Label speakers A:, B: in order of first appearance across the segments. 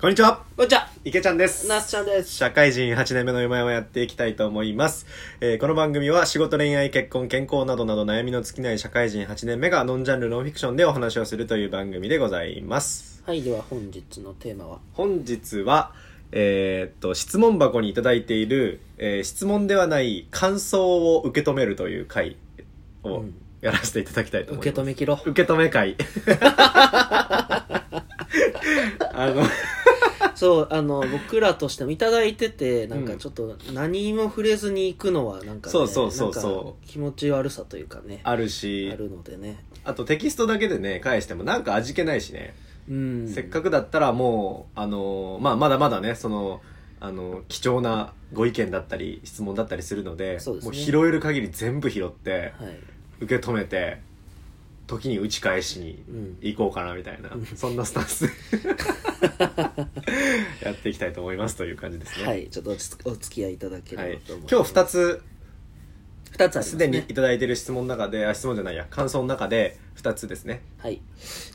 A: こんにちは
B: こんにちは、
A: 池ちゃんです。
B: なすちゃんです。
A: 社会人8年目の夢をやっていきたいと思います。えーこの番組は仕事、恋愛、結婚、健康などなど悩みの尽きない社会人8年目がノンジャンルノンフィクションでお話をするという番組でございます。
B: はい、では本日のテーマは
A: 本日は、えーっと、質問箱にいただいている、えー質問ではない感想を受け止めるという回を
B: うん
A: やらせていただきたいと思います。
B: 受け止めきろ。
A: 受け止め会。 あの、
B: そう、あの、僕らとしてもいただいてて、な
A: う
B: んか
A: ん
B: ちょっと何も触れずに行くのは、なんかね、
A: そうそうそう
B: なんか
A: そ
B: 気持ち悪さというかね、あ
A: あるし、
B: るのでね。
A: あとテキストだけでね、返してもなんか味気ないしね。
B: うん。
A: せっかくだったらもう、あのーまあ、まだまだね、その、あの、貴重なご意見だったり、質問だったりするので、
B: そうです
A: も
B: ね
A: う拾える限り全部拾って、
B: はい。
A: 受け止めて、時に打ち返しに
B: うん。
A: 行こうかなみたいな、そんなスタン スやっていきたいと思いますという感じですね。
B: はい、ちょっとおつお付き合いいただけ
A: は
B: れ
A: い
B: ばと思います。
A: 今日2
B: つ、
A: つ
B: 二つあります、ね。
A: すでにいただいてる質問の中で、あ質問じゃないや感想の中で2つですね
B: はい。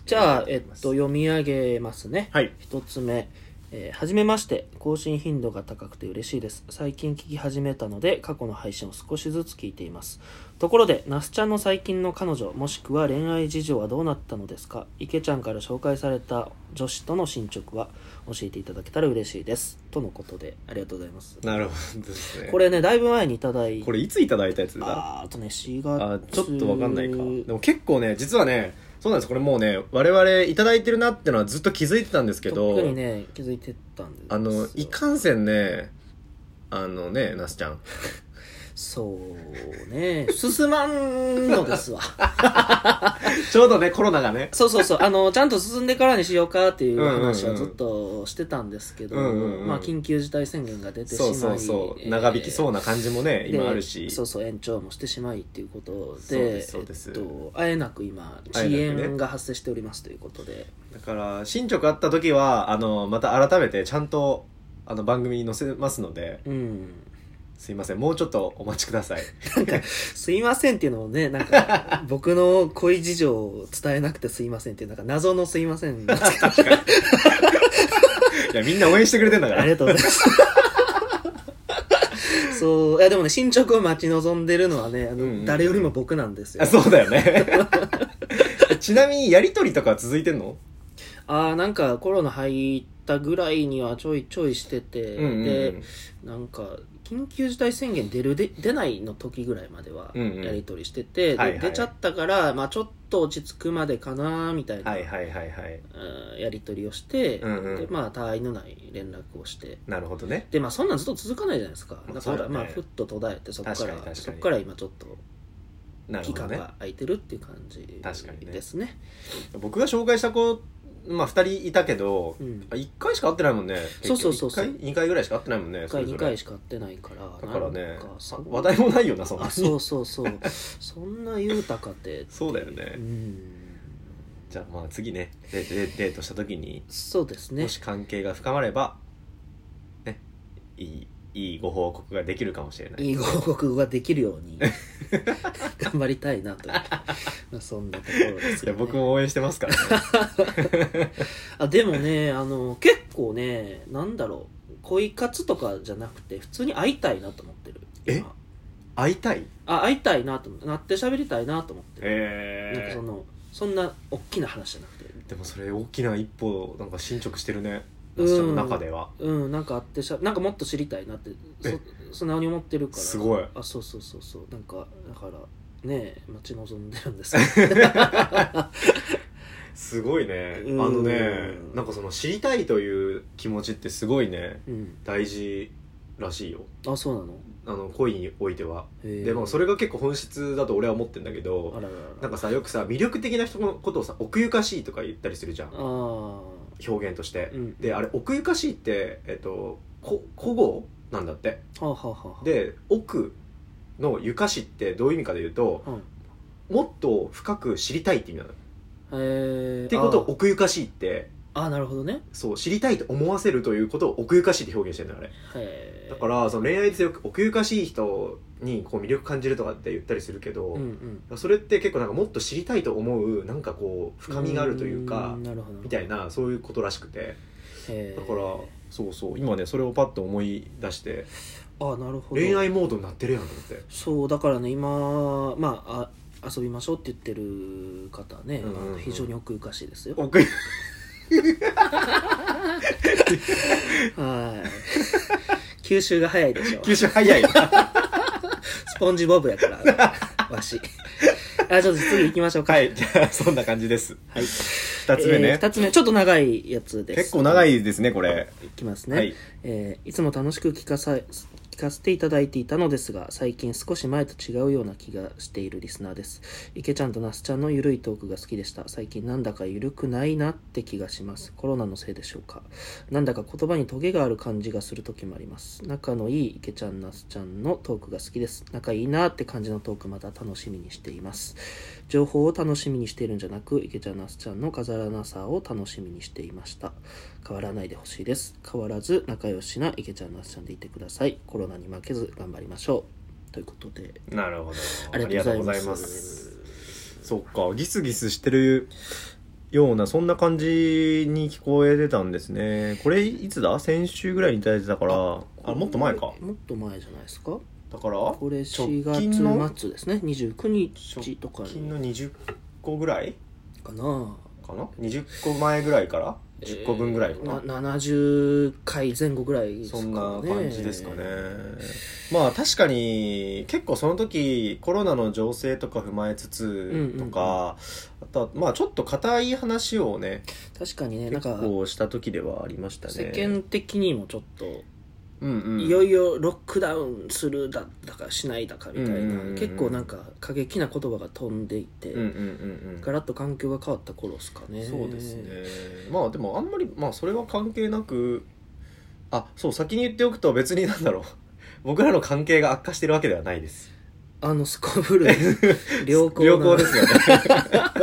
B: じゃあ、えっと、読み上げますね。
A: はい
B: 一つ目。えーはじめまして。更新頻度が高くて嬉しいです。最近聞き始めたので、過去の配信を少しずつ聞いています。ところで、那須ちゃんの最近の彼女、もしくは恋愛事情はどうなったのですか池ちゃんから紹介された女子との進捗は教えていただけたら嬉しいです。とのことで、ありがとうございます。
A: なるほどですね
B: これね、だいぶ前にいただい
A: これいついただいたやつだ
B: あーあとね、4月。
A: あちょっとわかんないかでも結構ね実はねそうなんですこれもうね我々いただいてるなってのはずっと気づいてたんですけど
B: 特にね、気づいてたんですよ
A: あのいかんせんねあのねなすちゃ ん
B: そうね。進まんのですわ。
A: ちょうどねコロナがね
B: そうそうそう。あの、ちゃんと進んでからにしようかってい
A: うん
B: う
A: うんうん
B: 話はずっとしてたんですけど、
A: うんうんうん
B: まあ、緊急事態宣言が出てしま
A: そう
B: い。
A: そうそう、
B: えー
A: 長引きそうな感じもね
B: で
A: 今あるし
B: そうそう、延長もしてしまいっていうことで、
A: そうですそうです
B: えっと、あえなく今、
A: あえな
B: 遅
A: くね
B: 延が発生しておりますということで、
A: だから進捗あった時はあのまた改めてちゃんとあの番組に載せますので
B: うん。
A: すいませんもうちょっとお待ちください
B: すいませんっていうのもね、なんか、僕の恋事情を伝えなくてすいませんっていう、なんか謎のすいません。
A: いやみんな応援してくれてんだか
B: あ
A: ら
B: りがとうござ います。そう、いやでもね、進捗を待ち望んでるのはね、あの、
A: うんうん
B: 誰よりも僕なんですよ
A: あ。そうだよね ちなみにやりとりとかは続いてんの
B: ああ、なんかコロナ入ったぐらいにはちょいちょいしてて、
A: うんうんうん
B: で、なんか、緊急事態宣言出るで、出ないの時ぐらいまでは、
A: うんうん
B: やりとりしてて、で
A: はいはい
B: 出ちゃったから、まあちょっと落ち着くまでかな、みたいな、
A: はいはいはいはい
B: うんやりとりをして、
A: うんうん
B: で、まあ、たわいのない連絡をして、
A: なるほどね
B: でまあそんなんずっと続かないじゃないですか
A: まあ
B: だ
A: そ
B: か
A: う
B: ら
A: だね
B: まあふっと途絶えてそこか
A: 確
B: ら
A: かに確かに
B: そこから今ちょっと
A: なる
B: 期
A: ほど
B: 間
A: ね
B: が空いてるっていう感じ
A: 確かにね
B: ですね
A: 僕が紹介した子まあ2人いたけど、
B: うん
A: あ1回しか会ってないもんね
B: そうそうそうそう
A: 1回2回ぐらいしか会ってないもんね
B: 1回
A: それ
B: 2
A: ぞれ
B: 回しか会ってないか
A: だ
B: ら
A: からね
B: なんかそ
A: あ
B: ん
A: 話題もないよなそんな
B: あ
A: に
B: そうそうそう そんな豊かで
A: そうだよね、
B: うん
A: じゃあまあ次ねデデデートした時に
B: そうですね
A: もし関係が深まればねいいいいご報告ができるかもしれない
B: いいご報告ができるように 頑張りたいなという、まあ、そんなところです
A: いや
B: よね
A: 僕も応援してますからね
B: あでもね あの結構ねなんだろう恋活とかじゃなくて普通に会いたいなと思ってる
A: え
B: 今
A: 会いたい
B: あ会いたいなと思ってなって喋りたいなと思ってる、
A: へ
B: なんかそのそんな大きな話じゃなくて
A: でもそれ大きな一歩なんか進捗してるね
B: うん
A: 私の中では
B: うんなんか会ってしゃなんかもっと知りたいなって
A: え
B: そ素直に思ってるから
A: すごい
B: あそうそうそうそうなんかだからねえ待ち望んでるんですけ
A: すごいねあ
B: うん
A: のねなんかその知りたいという気持ちってすごいね
B: ど、うん、
A: 大事らしいよ
B: あそうなの
A: あの恋においては
B: へえ
A: でもそれが結構本質だと俺は思ってんだけ
B: あら
A: ど
B: らら
A: なんかさよくさ魅力的な人のことをさ奥ゆかしいとか言ったりするじゃん
B: ああ
A: 表現として
B: うん
A: であれ奥ゆかしいってえっとこ古語なんだって
B: はあ、はあはあはあ、
A: で奥のゆかしってどういう意味かで言うと
B: うん、
A: もっと深く知りたいって意味なの
B: えー、
A: っていうことを奥ゆかしいって
B: あーあーなるほどね
A: そう知りたいと思わせるということを奥ゆかしいって表現してるのあれ
B: へえ
A: だからその恋愛でよく奥ゆかしい人にこう魅力感じるとかって言ったりするけど、
B: うんうん、
A: それって結構なんかもっと知りたいと思うなんかこう深みがあるというか
B: んなるほど
A: みたいなそういうことらしくて
B: え
A: だからそうそう今ねそれをパッと思い出して
B: あなるほど
A: 恋愛モードになってるやんと思って
B: そうだからね今まああ遊びましょうって言ってる方ね、
A: うんうんうん
B: あの非常に奥ゆかしいですよ
A: 奥に
B: はい吸収が早いで しょ
A: 吸収早いな
B: スポンジボブやから あのわしあちょっと次行きましょうか
A: はいじゃあそんな感じです
B: はい
A: 2つ目
B: えー
A: ね、
B: 二つ目ちょっと長いやつです
A: 結構長
B: い
A: いですねこれ
B: きますね、
A: はい
B: えーいつも楽しく聞かさ聞かせていただいていたのですが最近少し前と違うような気がしているリスナーです池ちゃんと那須ちゃんのゆるいトークが好きでした最近なんだかゆるくないなって気がしますコロナのせいでしょうかなんだか言葉にトゲがある感じがする時もあります仲のいい池ちゃん那須ちゃんのトークが好きです仲いいなって感じのトークまた楽しみにしています情報を楽しみにしているんじゃなく池ちゃん那須ちゃんの飾らなさを楽しみにしていました変わらないでほしいです変わらず仲良しな池ちゃん那須ちゃんでいてくださいコロナに負けず頑張りましょうということで
A: なるほど
B: ありがとうござい
A: ありがとうございま
B: ます
A: すそっかギスギスしてるようなそんな感じに聞こえてたんですねこれいつだ先週ぐらいにいただいてたからあもっと前か
B: もっと前じゃないですか
A: だから
B: これ
A: 直
B: 4
A: 近の
B: 月末ですね29日とか
A: 直近
B: に
A: の20個ぐらい
B: かな
A: かな20個前ぐらいから10個分ぐらいかな、
B: な70回前後ぐらいですか
A: そ
B: ね
A: んな感じですかね、まあ確かに結構その時コロナの情勢とか踏まえつつとか、あとはまあちょっと硬い話をね
B: 確かにねなん
A: 結
B: か
A: 構した時ではありましたね
B: 世間的にもちょっと
A: うんうん、
B: いよいよロックダウンするだだかしないだかみたい
A: うんうん
B: な
A: うんうん
B: 結構なんか過激な言葉が飛んでいて、
A: うんうんうんうん
B: ガラッと環境が変わった頃ですかね
A: そうですねまあでもあんまりまあそれは関係なくあそう先に言っておくと別になんだろう 僕らの関係が悪化してるわけではないです
B: あのスコブル 良好な
A: 良好ですよね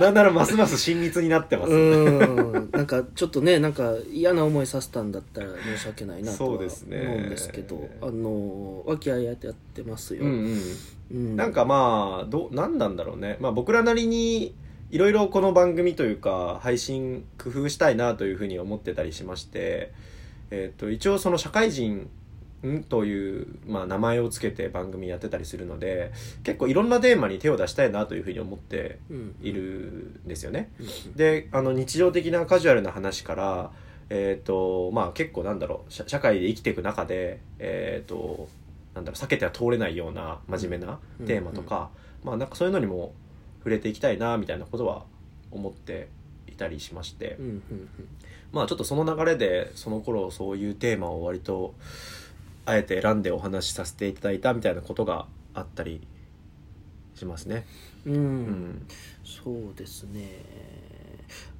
A: なんならますます親密になってます、
B: うんなんかちょっとねなんか嫌な思いさせたんだったら申し訳ないなとは
A: そ
B: 思
A: う
B: うん
A: ですね
B: ですけどあの和気あいあいとやってますよ、
A: うんうん
B: うん
A: なんかまあどう何なんだろうね、まあ、僕らなりにいろいろこの番組というか配信工夫したいなというふうに思ってたりしまして、えっと一応その社会人んという、まあ、名前をつけて番組やってたりするので結構いろんなテーマに手を出したいなというふうに思って
B: うん
A: いるんですよね。
B: うん
A: であの日常的なカジュアルな話から、えーとまあ、結構なんだろう社社会で生きていく中で、えー、となんだろう避けては通れないような真面目な
B: うん
A: テーマとか,、まあ、なんかそういうのにも触れていきたいなみたいなことは思っていたりしまして、
B: うんうんうん
A: まあ、ちょっとその流れでその頃そういうテーマを割とあえて選んでお話しさせていただいたみたいなことがあったりしますね。
B: うん
A: うん
B: そうですね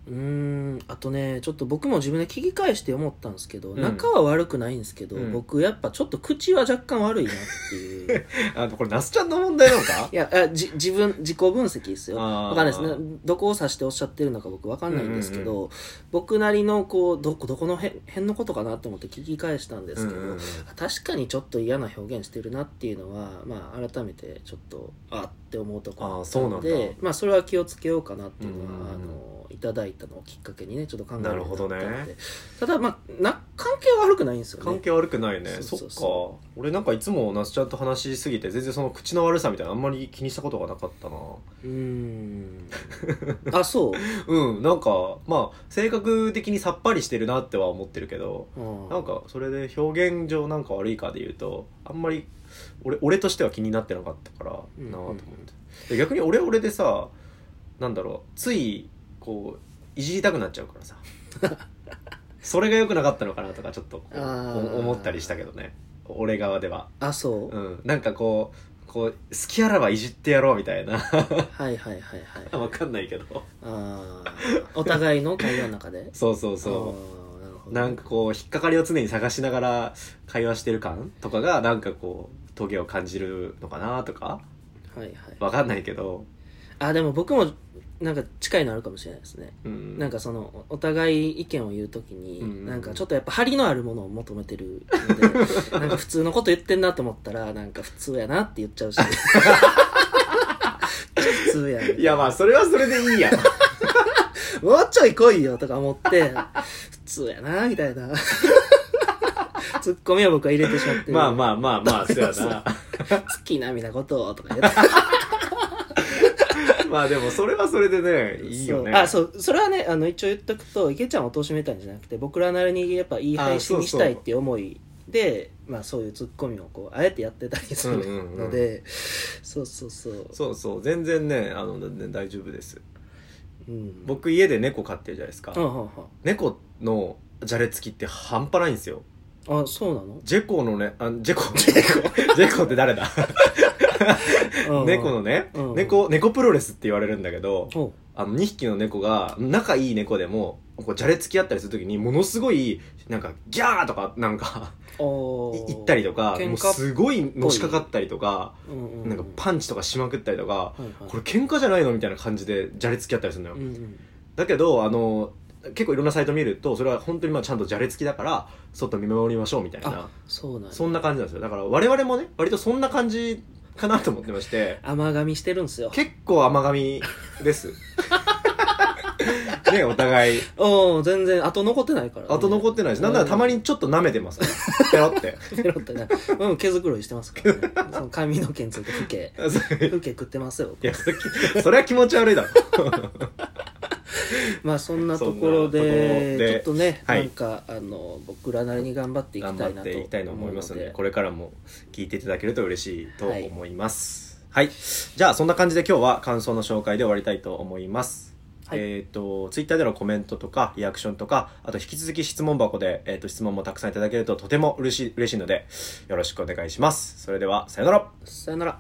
B: うーんあとねちょっと僕も自分で聞き返して思ったんですけど、
A: うん
B: 仲は悪くないんですけど、
A: うん
B: 僕やっぱちょっと口は若干悪いなっていう
A: あのこれ那須ちゃんの問題なのか
B: いやあじ自分自己分析ですよ
A: あー
B: わかんないですねどこを指しておっしゃってるのか僕わかんないんですけど、僕なりのこうどこどこのへん辺のことかなと思って聞き返したんですけど、
A: うんうんうん
B: 確かにちょっと嫌な表現してるなっていうのは、まあ、改めてちょっとあって思うところ
A: あーそうなんだ
B: で、まあ、それは気をつけようかなっていうのは、
A: うんうんうん
B: あのいただいたのをきっかけにねちょっと考えるようにった
A: なるほど
B: んで
A: ね
B: ただ、まあ、な関係は悪くないんですよね
A: 関係悪くないね
B: そ
A: そう
B: そうそう
A: っか俺なんかいつも那須ちゃんと話しすぎて全然その口の悪さみたいなのあんまり気にしたことがなかったな
B: うーん あそう
A: うんなんかまあ性格的にさっぱりしてるなっては思ってるけど
B: な
A: なんかそれで表現上なんか悪いかで言うとあんまり俺俺としては気になってなかったからなあ
B: うん
A: と思って、で逆に俺は俺でさなんだろうついこういじりたくなっちゃうから さそれが良くなかったのかなとかちょっとこう
B: あー
A: 思ったりしたけどね俺側では
B: あそう、
A: うん、なんかこうこう好きあらばいじってやろうみたいな
B: はいはいはいはい
A: わかんないけど
B: あーお互いの会話の中で
A: そうそうそ
B: あーなるほ
A: う
B: ど
A: なんかこう引っかかりを常に探しながら会話してる感とかがなんかこうトゲを感じるのかなとか
B: はいはい
A: わかんないけど、
B: あでも僕もなんか近いのあるかもしれないですね
A: うん、
B: なんかそのおお互い意見を言うときに、
A: うん
B: なんかちょっとやっぱ張りのあるものを求めてるの でなんか普通のこと言ってんなと思ったらなんか普通やなって言っちゃうし 普通やね
A: いやまあそれはそれでいいやん
B: あもうちょい来いよとか思って、普通やな、みた いな。ツッコミを僕は入れてしまってる。
A: まあまあまあ まあ、そうやな。
B: 好きなみたいなことをとか言って。
A: まあでも、それはそれでね、いいよね。
B: そうあ、そう、それはね、あの、一応言っとくと、池ちゃんを貶めたんじゃなくて、僕らなりにやっぱいい配信にしたいっていう思いで、まあそういうツッコミをこう、あえてやってたりする
A: うんうんうん
B: ので、そうそうそう。
A: そうそう、全然ね、あの、ね大丈夫です。
B: うん。
A: 僕、家で猫飼ってるじゃないですか。
B: うんうん
A: 猫のじゃれつきって半端ないんですよ。
B: うん。あ、そうなの
A: ジェコのね、あジェコ、ジェコ、 ジェコって誰だ
B: うんうん
A: 猫のね、
B: うん
A: 猫、猫プロレスって言われるんだけど、
B: ほ
A: あの、2匹の猫が、仲いい猫でも、こう、じゃれつき合ったりするときに、ものすごい、なんか、ギャーとか、なんか、
B: うお
A: い
B: ー
A: 行ったりとか、
B: 喧嘩
A: もうすごいのしかかったりとか、
B: うんう
A: なんかパンチとかしまくったりとか、
B: はいはい
A: これ喧嘩じゃないのみたいな感じで、じゃれつき合ったりするのよ。
B: うんうん
A: だけど、あの、結構いろんなサイト見ると、それは本当にまあちゃんとじゃれつきだから、外見守りましょうみたいな
B: あ、そうなんや
A: そんな感じなんですよ。だから我々もね、割とそんな感じかなと思ってまして、
B: 甘噛みしてるんすよ
A: 結構甘噛みです。 ねお互い。
B: おお全然後残ってないから、
A: 後残ってないし、なんならたま にちょっと舐めてますからペロって。
B: ペロってねうん毛づくろいしてますからね その髪の毛についてふけふけ食ってますよ
A: いや、そそれは気持ち悪い だろ。
B: まあそんなところで
A: そんなところで
B: ちょっとね、
A: はい
B: なんかあの僕らなりに頑張っていきた
A: 頑
B: いなと
A: 張っていきたいと思いますので、
B: 思う
A: これからも聞いていただけると嬉しいと思います。はい。じゃあ、そんな感じで今日は感想の紹介で終わりたいと思います。
B: はい
A: えっ、と、ツイッターでのコメントとか、リアクションとか、あと引き続き質問箱で、えっ、と、質問もたくさんいただけるととても嬉しい、嬉しいので、よろしくお願いします。それでは、さよなら
B: さよなら